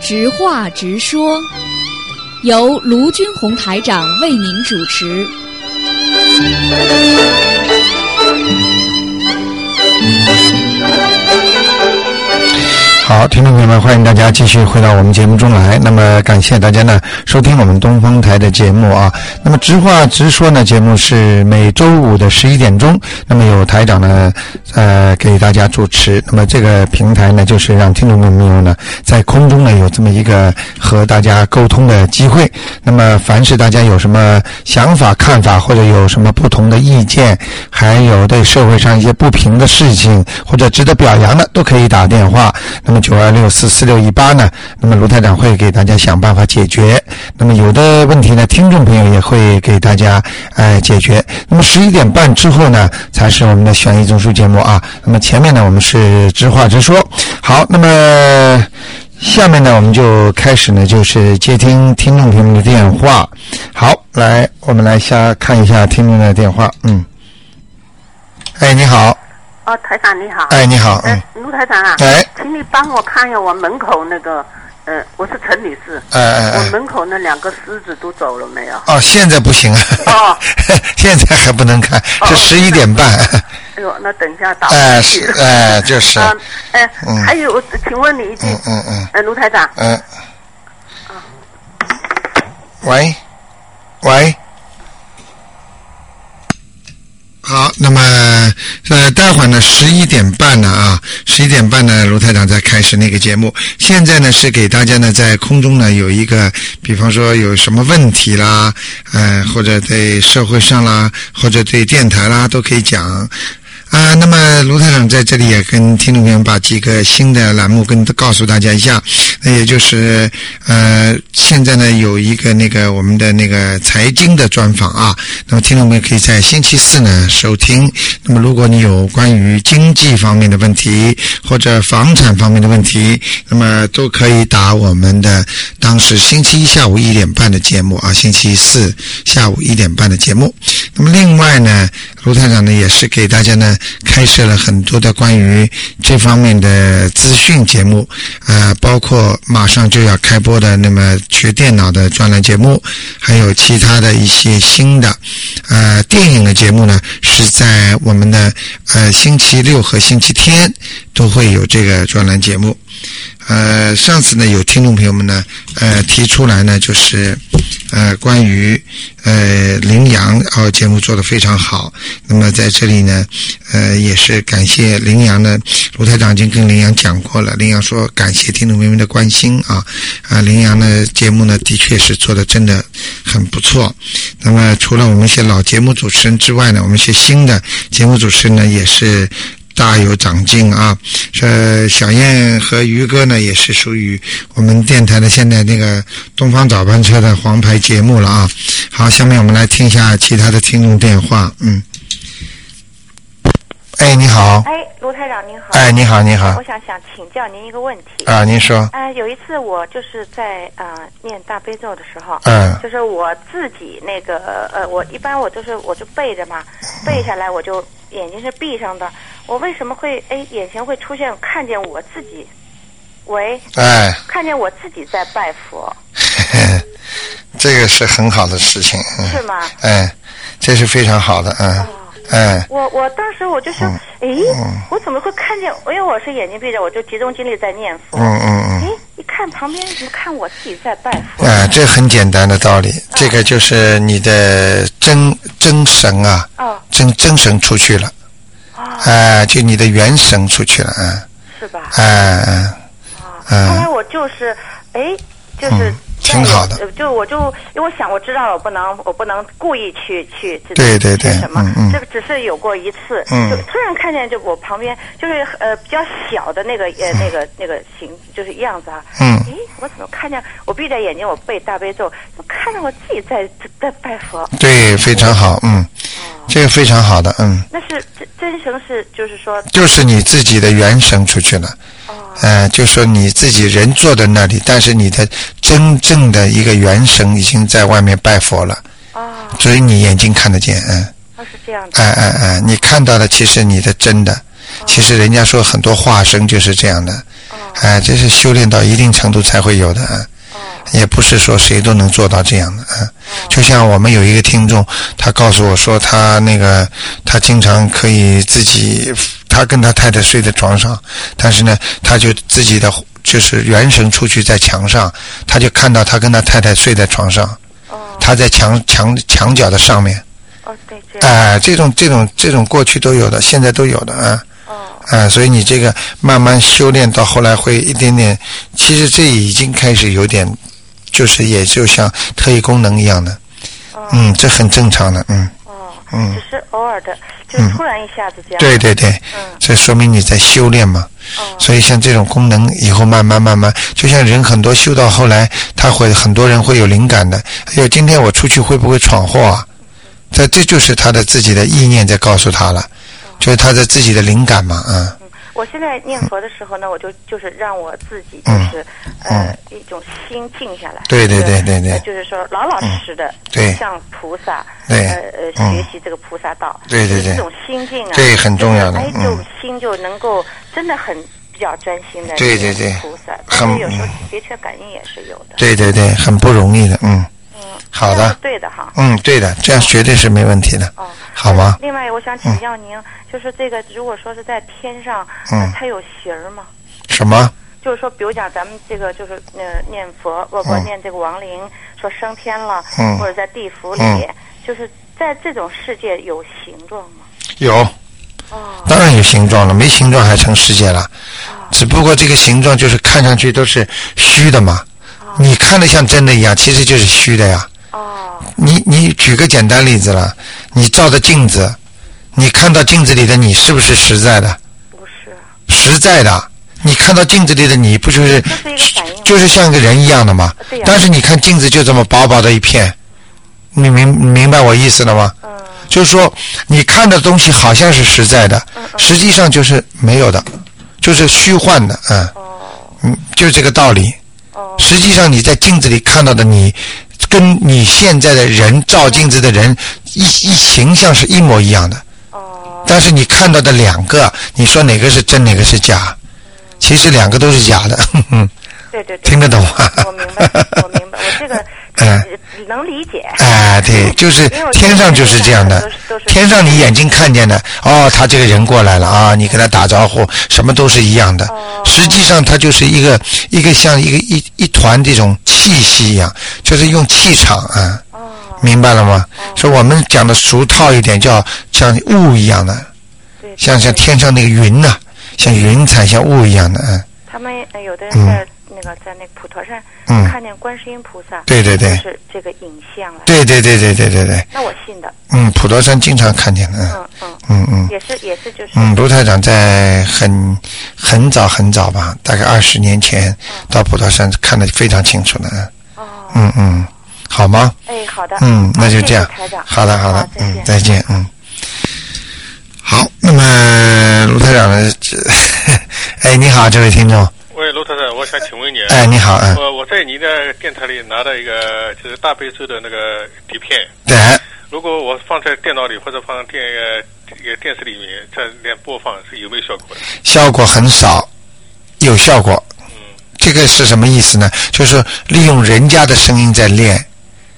直话直说，由卢军红台长为您主持。好，听众朋友们，欢迎大家继续回到我们节目中来。那么，感谢大家呢收听我们东方台的节目啊。那么，直话直说呢，节目是每周五的十一点钟。那么，有台长呢，呃，给大家主持。那么，这个平台呢，就是让听众朋友呢，在空中呢有这么一个和大家沟通的机会。那么，凡是大家有什么想法、看法，或者有什么不同的意见，还有对社会上一些不平的事情，或者值得表扬的，都可以打电话。那么九二六四四六一八呢，那么卢台长会给大家想办法解决。那么有的问题呢，听众朋友也会给大家哎、呃解决。那么十一点半之后呢，才是我们的悬疑综述节目啊。那么前面呢，我们是直话直说。好，那么。下面呢，我们就开始呢，就是接听听众朋友们的电话。好，来，我们来下看一下听众的电话。嗯，哎，你好，哦，台长你好。哎，你好，嗯呃，，卢台长啊，哎，请你帮我看一下我门口那个，呃，我是陈女士，哎哎我哎，门口那两个狮子都走了没有？哦，现在不行啊。 哦，现在还不能看，是哦十一点半。哎呦，那等一下打哎，回是去。哎，就是，啊，哎嗯，还有，我请问你一句嗯，嗯嗯呃，卢台长，嗯。喂，喂。好，那么呃，待会儿呢，十一点半呢啊，十一点半呢，卢台长再开始那个节目。现在呢是给大家呢在空中呢有一个，比方说有什么问题啦，呃，或者对社会上啦，或者对电台啦都可以讲。啊、那么卢台长在这里也跟听众朋友们把几个新的栏目跟告诉大家一下，那也就是呃，现在呢有一个那个我们的那个财经的专访啊，那么听众朋友可以在星期四呢收听。那么如果你有关于经济方面的问题或者房产方面的问题，那么都可以打我们的当时星期一下午一点半的节目啊，星期四下午一点半的节目。那么另外呢，卢台长呢也是给大家呢开设了很多的关于这方面的资讯节目，呃，包括马上就要开播的那么学电脑的专栏节目，还有其他的一些新的呃电影的节目呢，是在我们的呃星期六和星期天都会有这个专栏节目。呃，上次呢有听众朋友们呢，呃提出来呢，就是呃关于呃羚羊哦节目做得非常好，那么在这里呢，呃也是感谢羚羊呢，卢台长已经跟羚羊讲过了，羚羊说感谢听众朋友们的关心啊啊，羚羊呢节目呢的确是做的真的很不错，那么除了我们一些老节目主持人之外呢，我们一些新的节目主持人呢也是大有长进啊。这小燕和于哥呢，也是属于我们电台的现在那个东方早班车的黄牌节目了啊。好，下面我们来听一下其他的听众电话。嗯，哎，你好，哎，卢台长您好。哎，你好，你好我，想想请教您一个问题。啊，您说，哎，有一次我就是在啊、呃念大悲咒的时候，嗯就是我自己那个呃，我一般我就是我就背着嘛，背下来我就眼睛是闭上的。我为什么会哎眼前会出现看见我自己？喂，哎，看见我自己在拜佛这个是很好的事情，嗯，是吗？哎，这是非常好的，嗯，哎，我我当时我就说，嗯哎，我怎么会看见？因为我是眼睛闭着，我就集中精力在念佛。嗯嗯嗯。哎，一看旁边怎么看我自己在拜佛？啊，这很简单的道理，这个就是你的真真神啊，哦，真真神出去了，啊、啊，就你的元神出去了，啊，是吧？啊啊，啊，嗯后来我就是，哎，就是嗯再有、挺好的呃就我就因为我想我知道了，我不能我不能故意去去去对对去对什么？嗯嗯这个只是有过一次，嗯就突然看见就我旁边就是呃比较小的那个呃那个那个形就是样子啊，嗯哎，我怎么看见我闭着眼睛我背大悲咒，就看见我自己在在拜佛，对，非常好，嗯，这个非常好的，嗯，那是真真诚是就是说就是你自己的元神出去了，呃，就说你自己人坐在那里，但是你的真正的一个元神已经在外面拜佛了，啊、所以你眼睛看得见，嗯。那是这样哦的，哎哎哎，哦你看到的其实你的真的，其实人家说很多化身就是这样的，哎，这是修炼到一定程度才会有的啊，也不是说谁都能做到这样的哦啊。就像我们有一个听众，他告诉我说，他那个他经常可以自己，他跟他太太睡在床上，但是呢，他就自己的就是原神出去在墙上，他就看到他跟他太太睡在床上，哦他在墙墙墙角的上面，哦，对，这样，哎，这种这种这种过去都有的，现在都有的啊。哦啊，所以你这个慢慢修炼到后来会一点点，其实这已经开始有点，就是也就像特异功能一样的，嗯，这很正常的，嗯，哦，嗯只是偶尔的，就是突然一下子这样，对对对，嗯，这说明你在修炼嘛，哦所以像这种功能以后慢慢慢慢，就像人很多修到后来，他会很多人会有灵感的，哎呦，今天我出去会不会闯祸啊？这这就是他的自己的意念在告诉他了，就是他的自己的灵感嘛，嗯。我现在念佛的时候呢，我就就是让我自己就嗯是、呃一种心静下来。对对就是对对对嗯呃就是说老老实实的，对向菩萨对呃呃嗯学习这个菩萨道。对对对这种心境啊，对很重要的哎，嗯这种心就能够真的很比较专心的。对对对菩萨，很嗯所以有时候的确感应也是有的。对对对，很不容易的，嗯，嗯，好这的样是，对的哈。嗯，对的，这样绝对是没问题的，哦，好吗？另外，我想请教您，就是这个，如果说是在天上，嗯呃它有形儿吗？什么？就是说，比如讲咱们这个就是呃念佛，不不嗯念这个亡灵，说升天了，嗯或者在地府里，嗯就是在这种世界有形状吗？有，哦当然有形状了，没形状还成世界了。只不过这个形状就是看上去都是虚的嘛，你看的像真的一样，其实就是虚的呀。哦你你举个简单例子了，你照着镜子，你看到镜子里的你是不是实在的？不是，实在的。你看到镜子里的你，不就是就是一个反应啊就是像个人一样的嘛呃对呀？但是你看镜子就这么薄薄的一片，你明明白我意思了吗？嗯就是说，你看的东西好像是实在的，嗯实际上就是没有的，就是虚幻的，嗯哦嗯，就这个道理。哦实际上你在镜子里看到的你，跟你现在的人照镜子的人一一形象是一模一样的。哦但是你看到的两个，你说哪个是真，哪个是假？其实两个都是假的， 哼哼对对对，听得懂吗？我明 白，我明白，我这个嗯呃能理解。哎，对，就是天上就是这样的，天上你眼睛看见的，哦，他这个人过来了啊，你跟他打招呼，什么都是一样的。实际上，它就是一个一个像一个一一团这种气息一样，就是用气场啊，哦，明白了吗？所以我们讲的俗套一点，叫像雾一样的，对，像像天上那个云呐、像云彩像雾一样的，嗯，他们呃有的人在那个在那个普陀山嗯看见观世音菩萨，对对对就是这个影像了。对对对对对对对，那我信的，嗯，普陀山经常看见的，嗯嗯，嗯嗯。嗯也是也是就是嗯，卢台长在很很早很早吧，大概二十年嗯前到普陀山看得非常清楚的。哦。嗯嗯，好吗？哎，好的，嗯好，那就谢这样谢台长。。好的，好的好，再嗯见，再见，嗯。好，那么卢台长呢？ 这哎，你好，这位听众，喂，罗太太，我想请问你，哎，你好，嗯，我我在您的电台里拿到一个就是大悲咒的那个底片，对，如果我放在电脑里或者放在电呃这个电视里面再练播放，是有没有效果的？效果很少，有效果。这个是什么意思呢？就是利用人家的声音在练，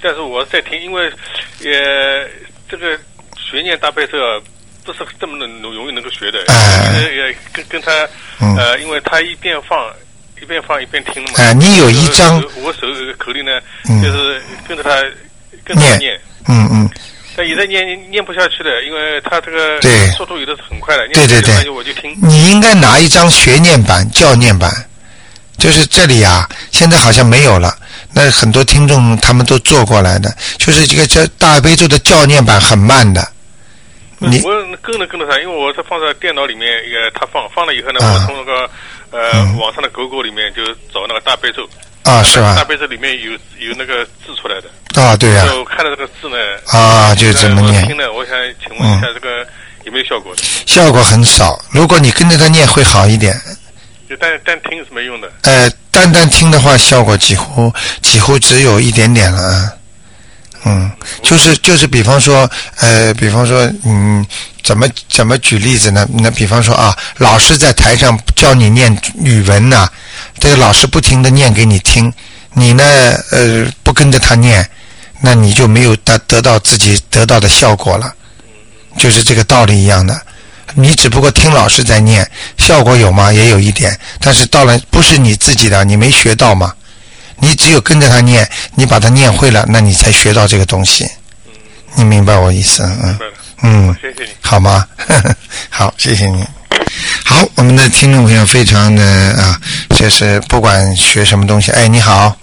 但是我在听，因为呃这个学念大悲咒啊不是这么能容易能够学的，哎呃跟跟他嗯呃，因为他一边放。一边放一边听的嘛。哎你有一张就是我手口里呢嗯，就是跟着他跟着他念念，嗯嗯。但有的念念不下去的，因为他这个对速度有的是很快的，对对对念不下去我就听你应该拿一张学念版、教念版，就是这里啊，现在好像没有了。那很多听众他们都做过来的，就是这个这大悲咒的教念版很慢的。你我跟着跟得上，因为我是放在电脑里面，一个他放放了以后呢，啊我从那个呃、网上的狗狗里面就找那个大悲咒，啊是大吧？悲咒里面有有那个字出来的，啊对呀、就看到这个字呢，啊，就是这么呃我听念，嗯了，我想请问一下这个、有没有效果的？效果很少。如果你跟着他念会好一点，就单单听是没用的，呃，单单听的话效果几乎几乎只有一点点了啊。嗯，就是就是，比方说，呃，比方说，嗯，怎么怎么举例子呢？那比方说啊，老师在台上教你念语文呐，这个老师不停的念给你听，你呢，呃，不跟着他念，那你就没有得得到自己得到的效果了，就是这个道理一样的。你只不过听老师在念，效果有吗？也有一点，但是到了不是你自己的，你没学到嘛。你只有跟着他念，你把它念会了，那你才学到这个东西。你明白我意思？嗯明白了，嗯。谢谢你。好吗？ 好，谢谢你。好，我们的听众朋友非常的啊，就是不管学什么东西，哎，你好，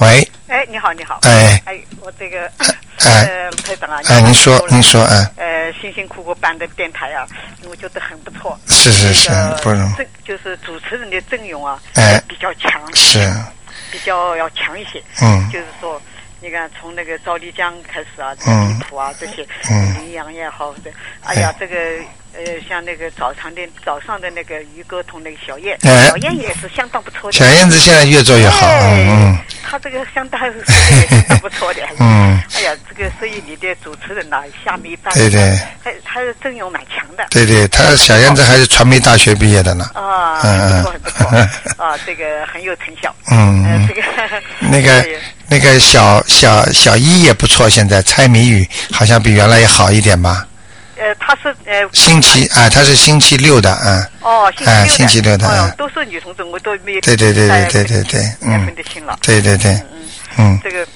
喂，哎，你好，你好。哎哎，我这个，哎呃，台长啊，哎，您说，您说，哎，呃，辛辛苦苦办的电台啊，我觉得很不错。是是是那个不容易这就是主持人的阵容啊，哎比较强，是，比较要强一些。嗯就是说，你看从那个赵丽江开始啊，嗯李普啊这些，嗯林阳也好，这哎呀哎，这个呃，像那个早上的早上的那个于哥同那个小燕，哎小燕也是相当不错的。小燕子现在越做越好，嗯哎，他这个相当相当不错的。 嗯，哎呀，这个所以你的主持人呐、下面一半，对对，他他的阵容蛮强的。对对，她小燕子还是传媒大学毕业的呢， 啊，嗯很不错很不 错，啊，这个很有成效。嗯呃这个 那个 对那个小小小一也不错，现在猜谜语好像比原来也好一点吧。呃，他是呃星期啊，她是星期六的，嗯，哦，星期六的，哎星期六的哦哎，都是女同志，我都没有对对对对哎对对对，哎嗯分，得清了。对对对，嗯这个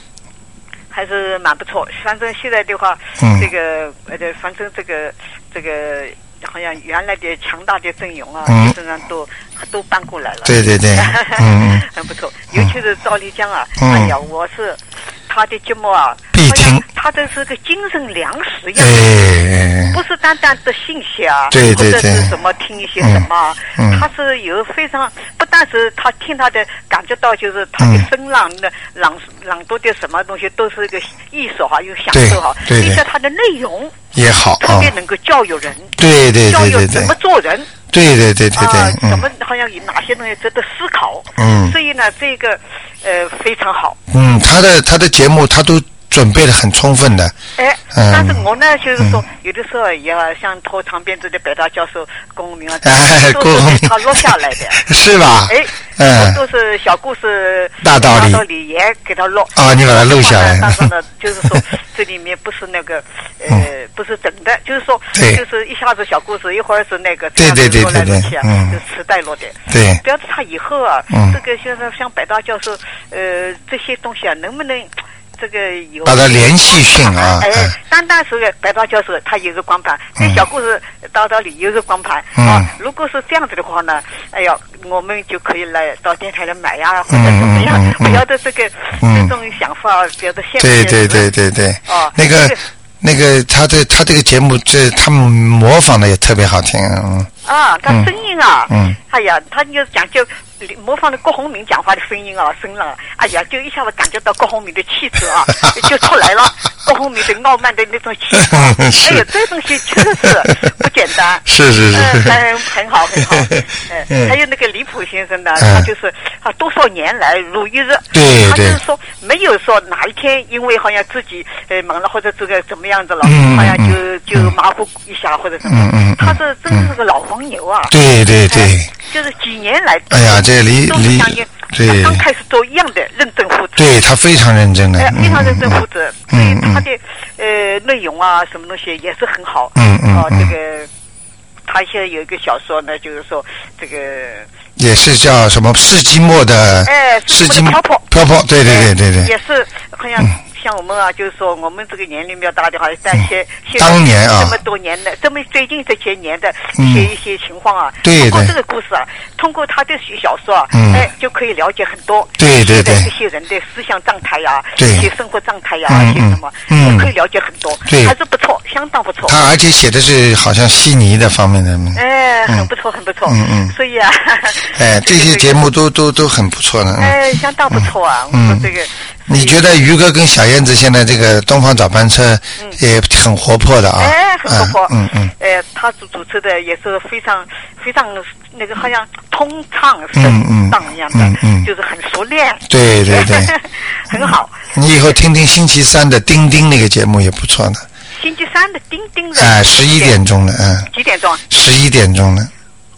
还是蛮不错。反正现在的话，嗯这个呃，反正这个这个好像原来的强大的阵容啊，嗯基本上都都搬过来了。对对 对，嗯。嗯很不错，尤其是赵丽江啊，嗯哎呀，我是他的节目啊，必好像听他这是个精神粮食一哎样。哎，哎不是单单的信息啊，对对或者对是什么听一些什么啊，嗯嗯他是有非常不但是他听他的感觉到，就是他嗯的声浪的、朗朗读的什么东西都是一个艺术哈、有享受哈、对对对一个他的内容也好特啊别，能够教育人，对对教对育对怎对么，做人对对对对啊对，，怎么嗯好像有哪些东西值得思考，嗯所以呢，这个呃非常好。嗯，他的他的节目他都准备的很充分的，哎，嗯但是我呢，就是说，有的时候也像拖长辫子的北大教授龚明啊，哎，都郭是宏被他落下来 的。是吧？哎，嗯我都是小故事，大道理也给他落。啊你把它录下来但是呢，就是 说这里面不是那个呃，不是整的，就是说，嗯对就是一下子小故事，一会儿是那个，对对对这样子对对落来落去啊嗯就是磁带落的。对表示他以后啊，嗯这个现在像北大教授，呃，这些东西啊，能不能这个有把它联系性啊哎嗯，单单是个白道教授，他有个光盘，这小故事道道理有个光盘嗯啊。如果是这样子的话呢，哎呀，我们就可以来到电台来买呀，或者嗯怎么样嗯嗯？不要的这个嗯这种想法，觉得现对对对对对哦，那个这个那个他的他这个节目这他们模仿的也特别好听，嗯啊，他嗯声音啊，嗯哎呀，他就讲究模仿了郭宏明讲话的声音啊，声浪啊，哎呀，就一下子感觉到郭宏明的气质 啊，就出来了，郭宏明的傲慢的那种气 质啊，嗯是。哎呦，这东西确实是不简单 是是是，嗯，很很好很好 嗯，嗯还有那个李普先生呢，嗯他就是他呃多少年来如一日，对他就对是说没有说哪一天因为好像自己呃忙了或者这个怎么样子了，嗯好像嗯就就马虎一下或者什嗯么，嗯嗯他这真是个老黄牛啊，对对对哎，就是几年来，哎呀这李都是李相应对刚开始都一样的认真负责，对，他非常认真的，哎，嗯非常认嗯真负责，所嗯以嗯他的呃内容啊，什么东西也是很好。嗯嗯哦，嗯这个他现在有一个小说呢，就是说这个也是叫什么世纪末的哎世世纪纪末末的漂泊漂泊，对对对对对，嗯也是好像像我们啊，就是说我们这个年龄比较大的话，但些现在当年啊这么多年的，这么最近这些年的嗯一些一些情况啊，对通过对这个故事啊，通过他的小说啊，嗯哎，就可以了解很多对对现在对这些人的思想状态呀，对一些生活状态呀，嗯一些什么，嗯嗯也可以了解很多，对还是不错，相当不错。他而且写的是好像悉尼的方面的，嗯哎，很不错，很不错。嗯嗯 所以啊，哎，这些节目，目都都都很不错的。嗯， 哎，相当不错啊。嗯我说这个，你觉得于哥跟小燕子现在这个东方早班车也很活泼的啊？嗯哎，很不错。嗯嗯嗯，哎，他主主持的也是非常非常那个好像通畅嗯嗯顺畅一样的，嗯嗯就是很熟练，对对 对，很好。你以后听听星期三的钉钉那个节目也不错呢，星期三的钉钉嗯的，哎，十一点钟了，嗯，几点啊钟？十一点钟了，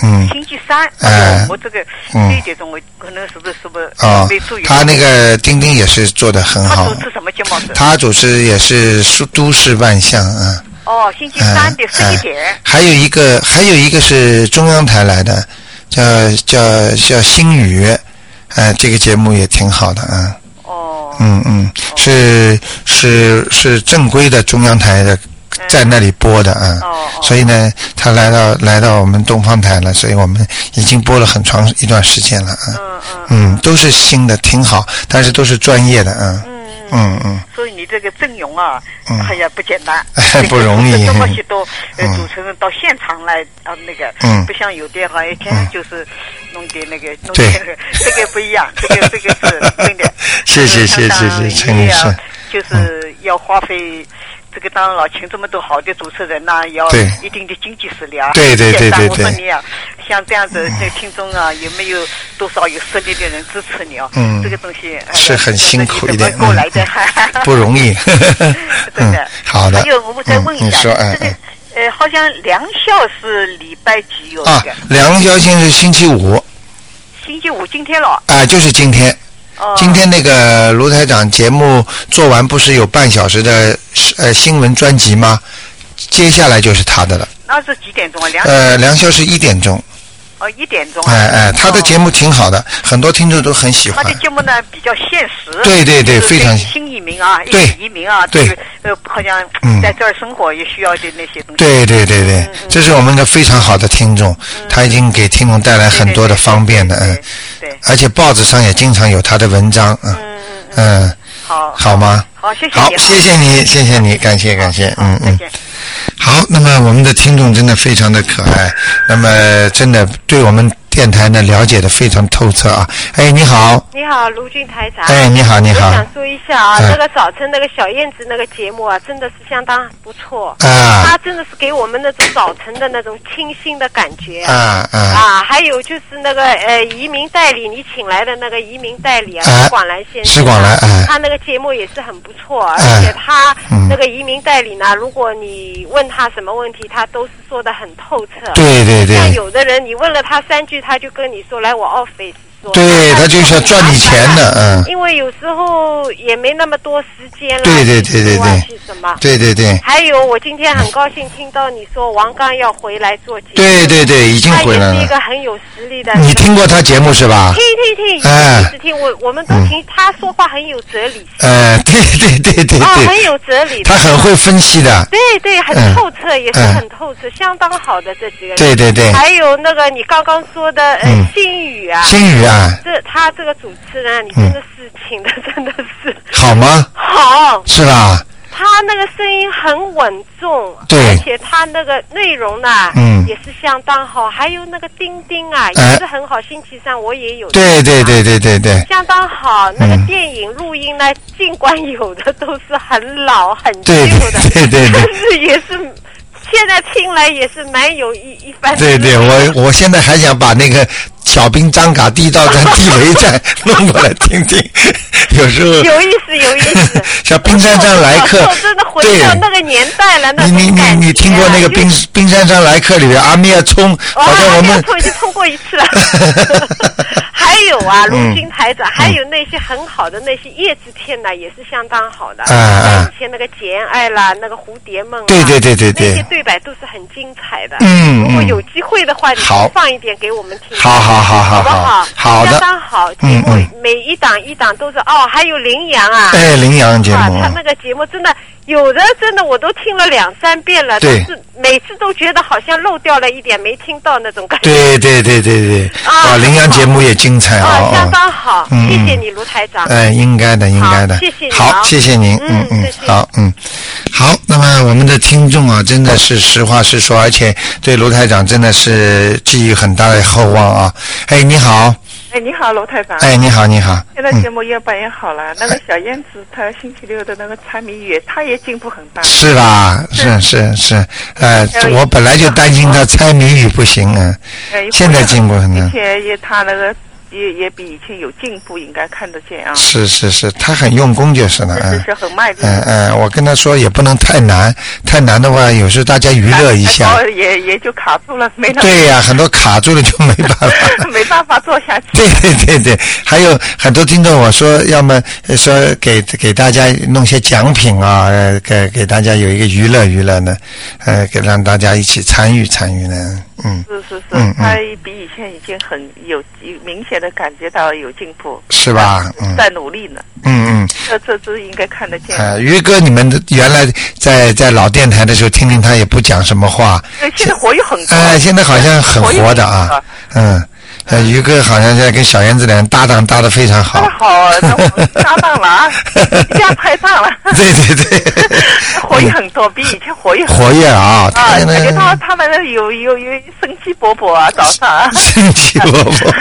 嗯，星期三，哎哎呦我这个嗯这一点钟我可能是不是是不是啊没注意，？他那个钉钉也是做的很他好主，持什么节目是？他主持也是书都市万象啊，哦，星期嗯三的十一哎点，还有一个还有一个是中央台来的，叫叫叫星宇，哎，这个节目也挺好的啊，哦，嗯嗯，是是是正规的中央台的。在那里播的啊，哦哦所以呢，他来到来到我们东方台了，所以我们已经播了很长一段时间了啊，嗯嗯嗯，都是新的，挺好，但是都是专业的啊，嗯嗯，嗯嗯，，所以你这个阵容啊，哎呀不简单嗯 不容易这么许多呃主持人到现场来啊那个嗯，不像有的好像天天就是弄点那个弄对点这个 不一样，这个这个是真的。谢谢谢谢谢谢陈女士，，嗯就是要花费。这个当然，老秦这么多好的主持人呐、要对一定的经济实力啊。对对对现在对我对问你啊，像这样子这个听众啊，有没有多少有实力的人支持你啊？嗯这个东西哎呀是很辛苦一点嗯你怎么过来的，不 容易，真嗯的。，好的还有，我再问嗯一你下，说，嗯嗯这个呃，好像梁校是礼拜几有那啊个？，梁耀先生星期五星期五今天了。啊，就是今天。哦今天那个卢台长节目做完，不是有半小时的呃新闻专辑吗？接下来就是他的了。那是几点钟啊？梁呃，梁宵是一点钟，哦一点钟啊。哎哎，他的哦节目挺好的，很多听众都很喜他欢的。节目呢比较现实，对对对就是非常新移民啊，对移民啊，对就是呃，好像嗯在这儿生活也需要的那些东西。对对对对，嗯这是我们的非常好的听众，他已经给听众带来很多的方便的，嗯对，，对，而且报纸上也经常有他的文章，嗯嗯，好，好吗？好，谢谢好你，，谢谢你，谢谢你，感谢感谢，嗯再嗯。见。好，那么我们的听众真的非常的可爱，那么真的对我们电台呢了解的非常透彻啊。哎，你好，你好，卢军台长。哎，你好，你我好，想说一下啊，嗯那个早晨那个小燕子那个节目啊，真的是相当不错。啊她真的是给我们那种早晨的那种清新的感觉啊啊。啊，啊，还有就是那个呃，移民代理，你请来的那个移民代理啊，哎石广来先生啊，石广来哎他那个节目也是很不错，啊而哎且他嗯那个移民代理呢，如果你问他什么问题，他都是说的很透彻。对对像对，有的人，你问了他三句，他就跟你说来我 office 说。对那他就是要赚你钱的嗯因为有时候也没那么多时间了。对对对对对去国外去什么？对对对，还有，我今天很高兴听到你说王刚要回来做节目。对对对，已经他回也来是一了。个很有实力的。你听过他节目是吧听？听听，哎一直听，我我们都听。他说话很有哲理，呃，对对对嗯对啊，很对，有哲理的。他很会分析的。对对，很嗯透彻，也是嗯很透彻，相当好的这几个人。对对对，还有那个你刚刚说的呃嗯新宇啊，星宇啊，这他这个主持人啊，你真的是请的真的是好吗？好，是吧？他那个声音很稳重，对而且他那个内容呢，嗯也是相当好。还有那个钉钉啊，哎也是很好。星期三我也有，对对对对对对相当好。那个电影录音呢，尽管有的都是很老很旧对的，对对对对但是也是现在听来也是蛮有一一番。对对，我我现在还想把那个小兵张嘎地道战、地雷战弄过来听听，有时候。有意思，有意思 像冰山上来客我真的回到那个年代了，那你你种感你觉你听过那个冰啊？冰山上来客里边阿米尔冲，哇，好像我那们。个哦错已经通过一次了还有啊，嗯陆军台长，还有那些很好的那些叶子片呢，也是相当好的。嗯啊啊以前那个《简爱》啦，那个《蝴蝶梦》啊，对对对对对那些对白都是很精彩的。嗯如果嗯有机会的话，你好放一点给我们听。好好好好好不好好？好的相当好。节嗯目嗯每一档一档都是哦，还有羚羊啊。哎羚羊节啊，目他，那个节目真的有的真的我都听了两三遍了，对但是每次都觉得好像漏掉了一点没听到那种感觉。对对对对对，啊哇，羚羊节目也精彩啊，哦相哦，当好，嗯谢谢你卢台长。哎，应该的应该的好谢谢，你好啊谢谢您，嗯嗯嗯再，见好嗯。好，那么我们的听众啊，真的是实话实说，而且对卢台长真的是寄予很大的厚望啊。哎，你好，哎，你好，罗台长。哎，你好，你好。现在嗯节目越办越好了，那个小燕子她星期六的那个猜谜语，她也进步很大。是吧？是是是，呃，我本来就担心他猜谜语不行啊，哎，现在进步很而大。且也她那个也也比以前有进步，应该看得见啊，是是是，他很用功就是了，是嗯是很卖力。嗯嗯，我跟他说也不能太难，太难的话，有时候大家娱乐一下然。后哎也也就卡住了，没那对呀、很多卡住了就没办法。 没办法做下去。对对对对，还有很多听众我说，要么呃说给给大家弄些奖品啊，呃给给大家有一个娱乐娱乐呢，呃，给让大家一起参与参与呢，嗯，是是嗯嗯是，他比以前已经很有有明显的感觉到有进步，是吧？嗯在努力呢。嗯这这这应该看得见嗯，。呃，于哥，你们原来在在老电台的时候，听听他也不讲什么话，因为现在活跃很高，哎，现在好像很活的啊，嗯，呃，于哥好像在跟小燕子两人搭档搭的非常 好那，哎好，那我们搭档 了啊，一家拍档了，对对对，活跃很多，比以前活跃很多。活跃啊，啊，太感觉能，到他们有有有生机勃勃啊，早上啊 生气勃勃。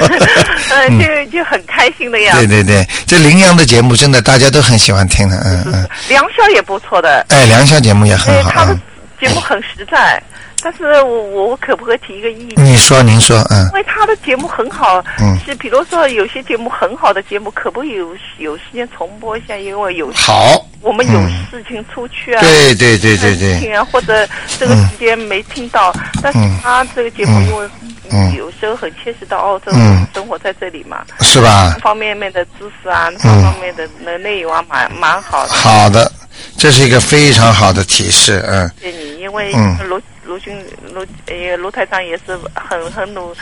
嗯，就就很开心的样对子。对对，这羚羊的节目真的大家都很喜欢听的，嗯嗯。梁宵也不错的，哎，良宵节目也哎很，好他的啊。节目很实在，但是我我我可不可以提一个意见？你说，您说，嗯因，为他的节目很好，嗯是比如说有些节目很好的节目，可不可以有有时间重播一下？因为有好，我们有事情出去啊，嗯对对对对嗯事对，情啊，或者这个时间没听到，但是他这个节目因为嗯有时候很切实到澳洲、嗯生活在这里嘛，是吧各？方面面的知识嗯啊，各方面的那内容啊，蛮蛮好的。好的，这是一个非常好的提示，嗯，谢谢你，因为嗯卢卢军卢呃卢台长也是很很努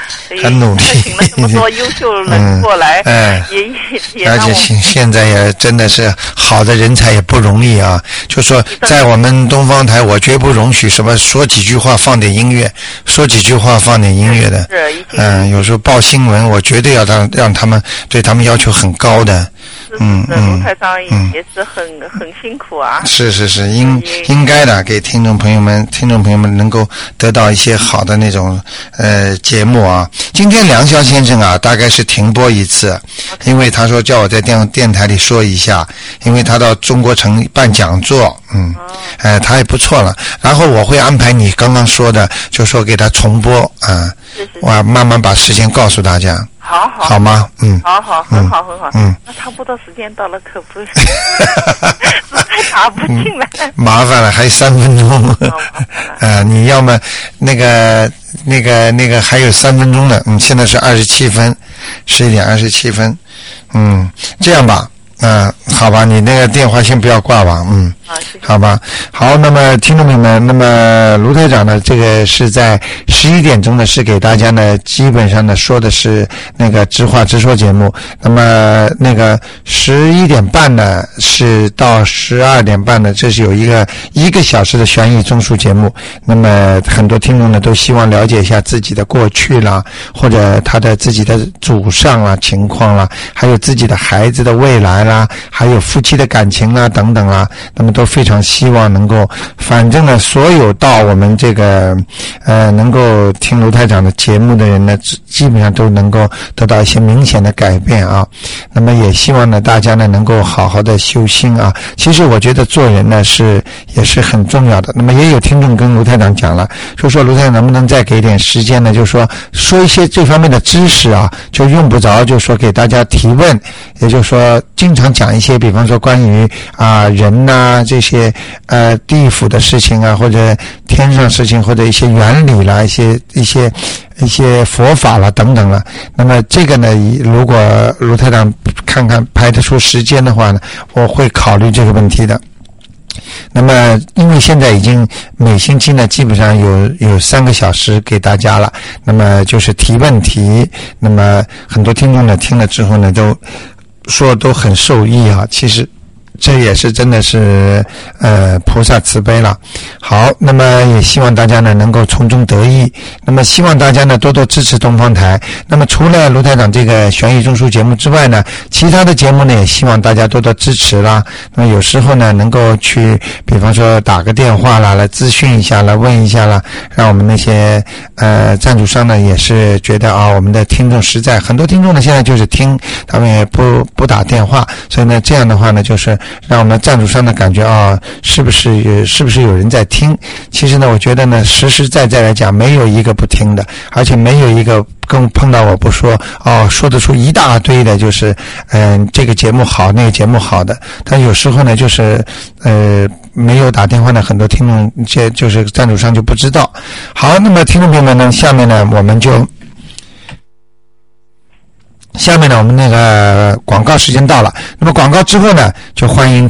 很努力也请了这么多优秀人过来， 嗯哎也也也而让且我现现在也真的是好的人才也不容易啊。就说在我们东方台，我绝不容许什么说几句话放点音乐，说几句话放点音乐的，是一定嗯，有时候报新闻，我绝对要让让他们对他们要求很高的。是嗯是嗯卢台长也嗯也是很很辛苦啊。是是是，应所以应该的，给听众朋友们，听众朋友们能够得到一些好的那种呃节目啊。今天梁霄先生啊，大概是停播一次，因为他说叫我在电电台里说一下，因为他到中国城办讲座，嗯，哎、他也不错了。然后我会安排你刚刚说的，就说给他重播啊，我慢慢把时间告诉大家，好好好吗？嗯，好好，嗯很好，很好。 嗯，那差不多时间到了，可不，实在打不进来。麻烦了，还有三分钟。 呃，你要么那个那个那个还有三分钟呢，嗯，现在是二十七分，十一点二十七分，嗯，这样吧，嗯、好吧，你那个电话先不要挂吧，嗯，啊，谢谢。好吧，好，那么听众朋友们，那么卢台长呢，这个是在十一点钟呢，是给大家呢，基本上呢说的是那个直话直说节目。那么那个十一点半呢，是到十二点半呢，这是有一个一个小时的悬疑综述节目。那么很多听众呢都希望了解一下自己的过去啦，或者他的自己的祖上啦、情况啦，还有自己的孩子的未来啦，还有夫妻的感情啦等等啦，那么都非常希望能够，反正呢，所有到我们这个呃能够听卢台长的节目的人呢，基基本上都能够得到一些明显的改变啊。那么也希望呢，大家呢能够好好的修心啊。其实我觉得做人呢是也是很重要的。那么也有听众跟卢台长讲了，说说卢台长能不能再给点时间呢？就说说一些这方面的知识啊，就用不着就说给大家提问，也就是说经常讲一些，比方说关于啊、人呐、这些呃地府的事情啊，或者天上事情，或者一些原理啦，一些一些一些佛法啦等等啦。那么这个呢，以如果卢台长看看排得出时间的话呢，我会考虑这个问题的。那么，因为现在已经每星期呢，基本上有有三个小时给大家了。那么就是提问题，那么很多听众呢听了之后呢，都说都很受益啊。其实这也是真的是呃菩萨慈悲了。好，那么也希望大家呢能够从中得益。那么希望大家呢多多支持东方台。那么除了卢台长这个悬疑综述节目之外呢，其他的节目呢也希望大家多多支持啦。那么有时候呢能够去，比方说打个电话啦，来咨询一下啦，问一下啦，让我们那些呃赞助商呢也是觉得啊，我们的听众实在很多听众呢现在就是听，他们也不不打电话，所以呢这样的话呢就是让我们赞助商呢感觉啊，是不是有是不是有人在听？其实呢，我觉得呢，实实在在来讲，没有一个不听的，而且没有一个更碰到我不说哦，说得出一大堆的，就是嗯、这个节目好，那个节目好的。但有时候呢，就是呃，没有打电话呢，很多听众这就是赞助商就不知道。好，那么听众朋友们呢，下面呢，我们就。下面呢，我们那个广告时间到了。那么广告之后呢，就欢迎。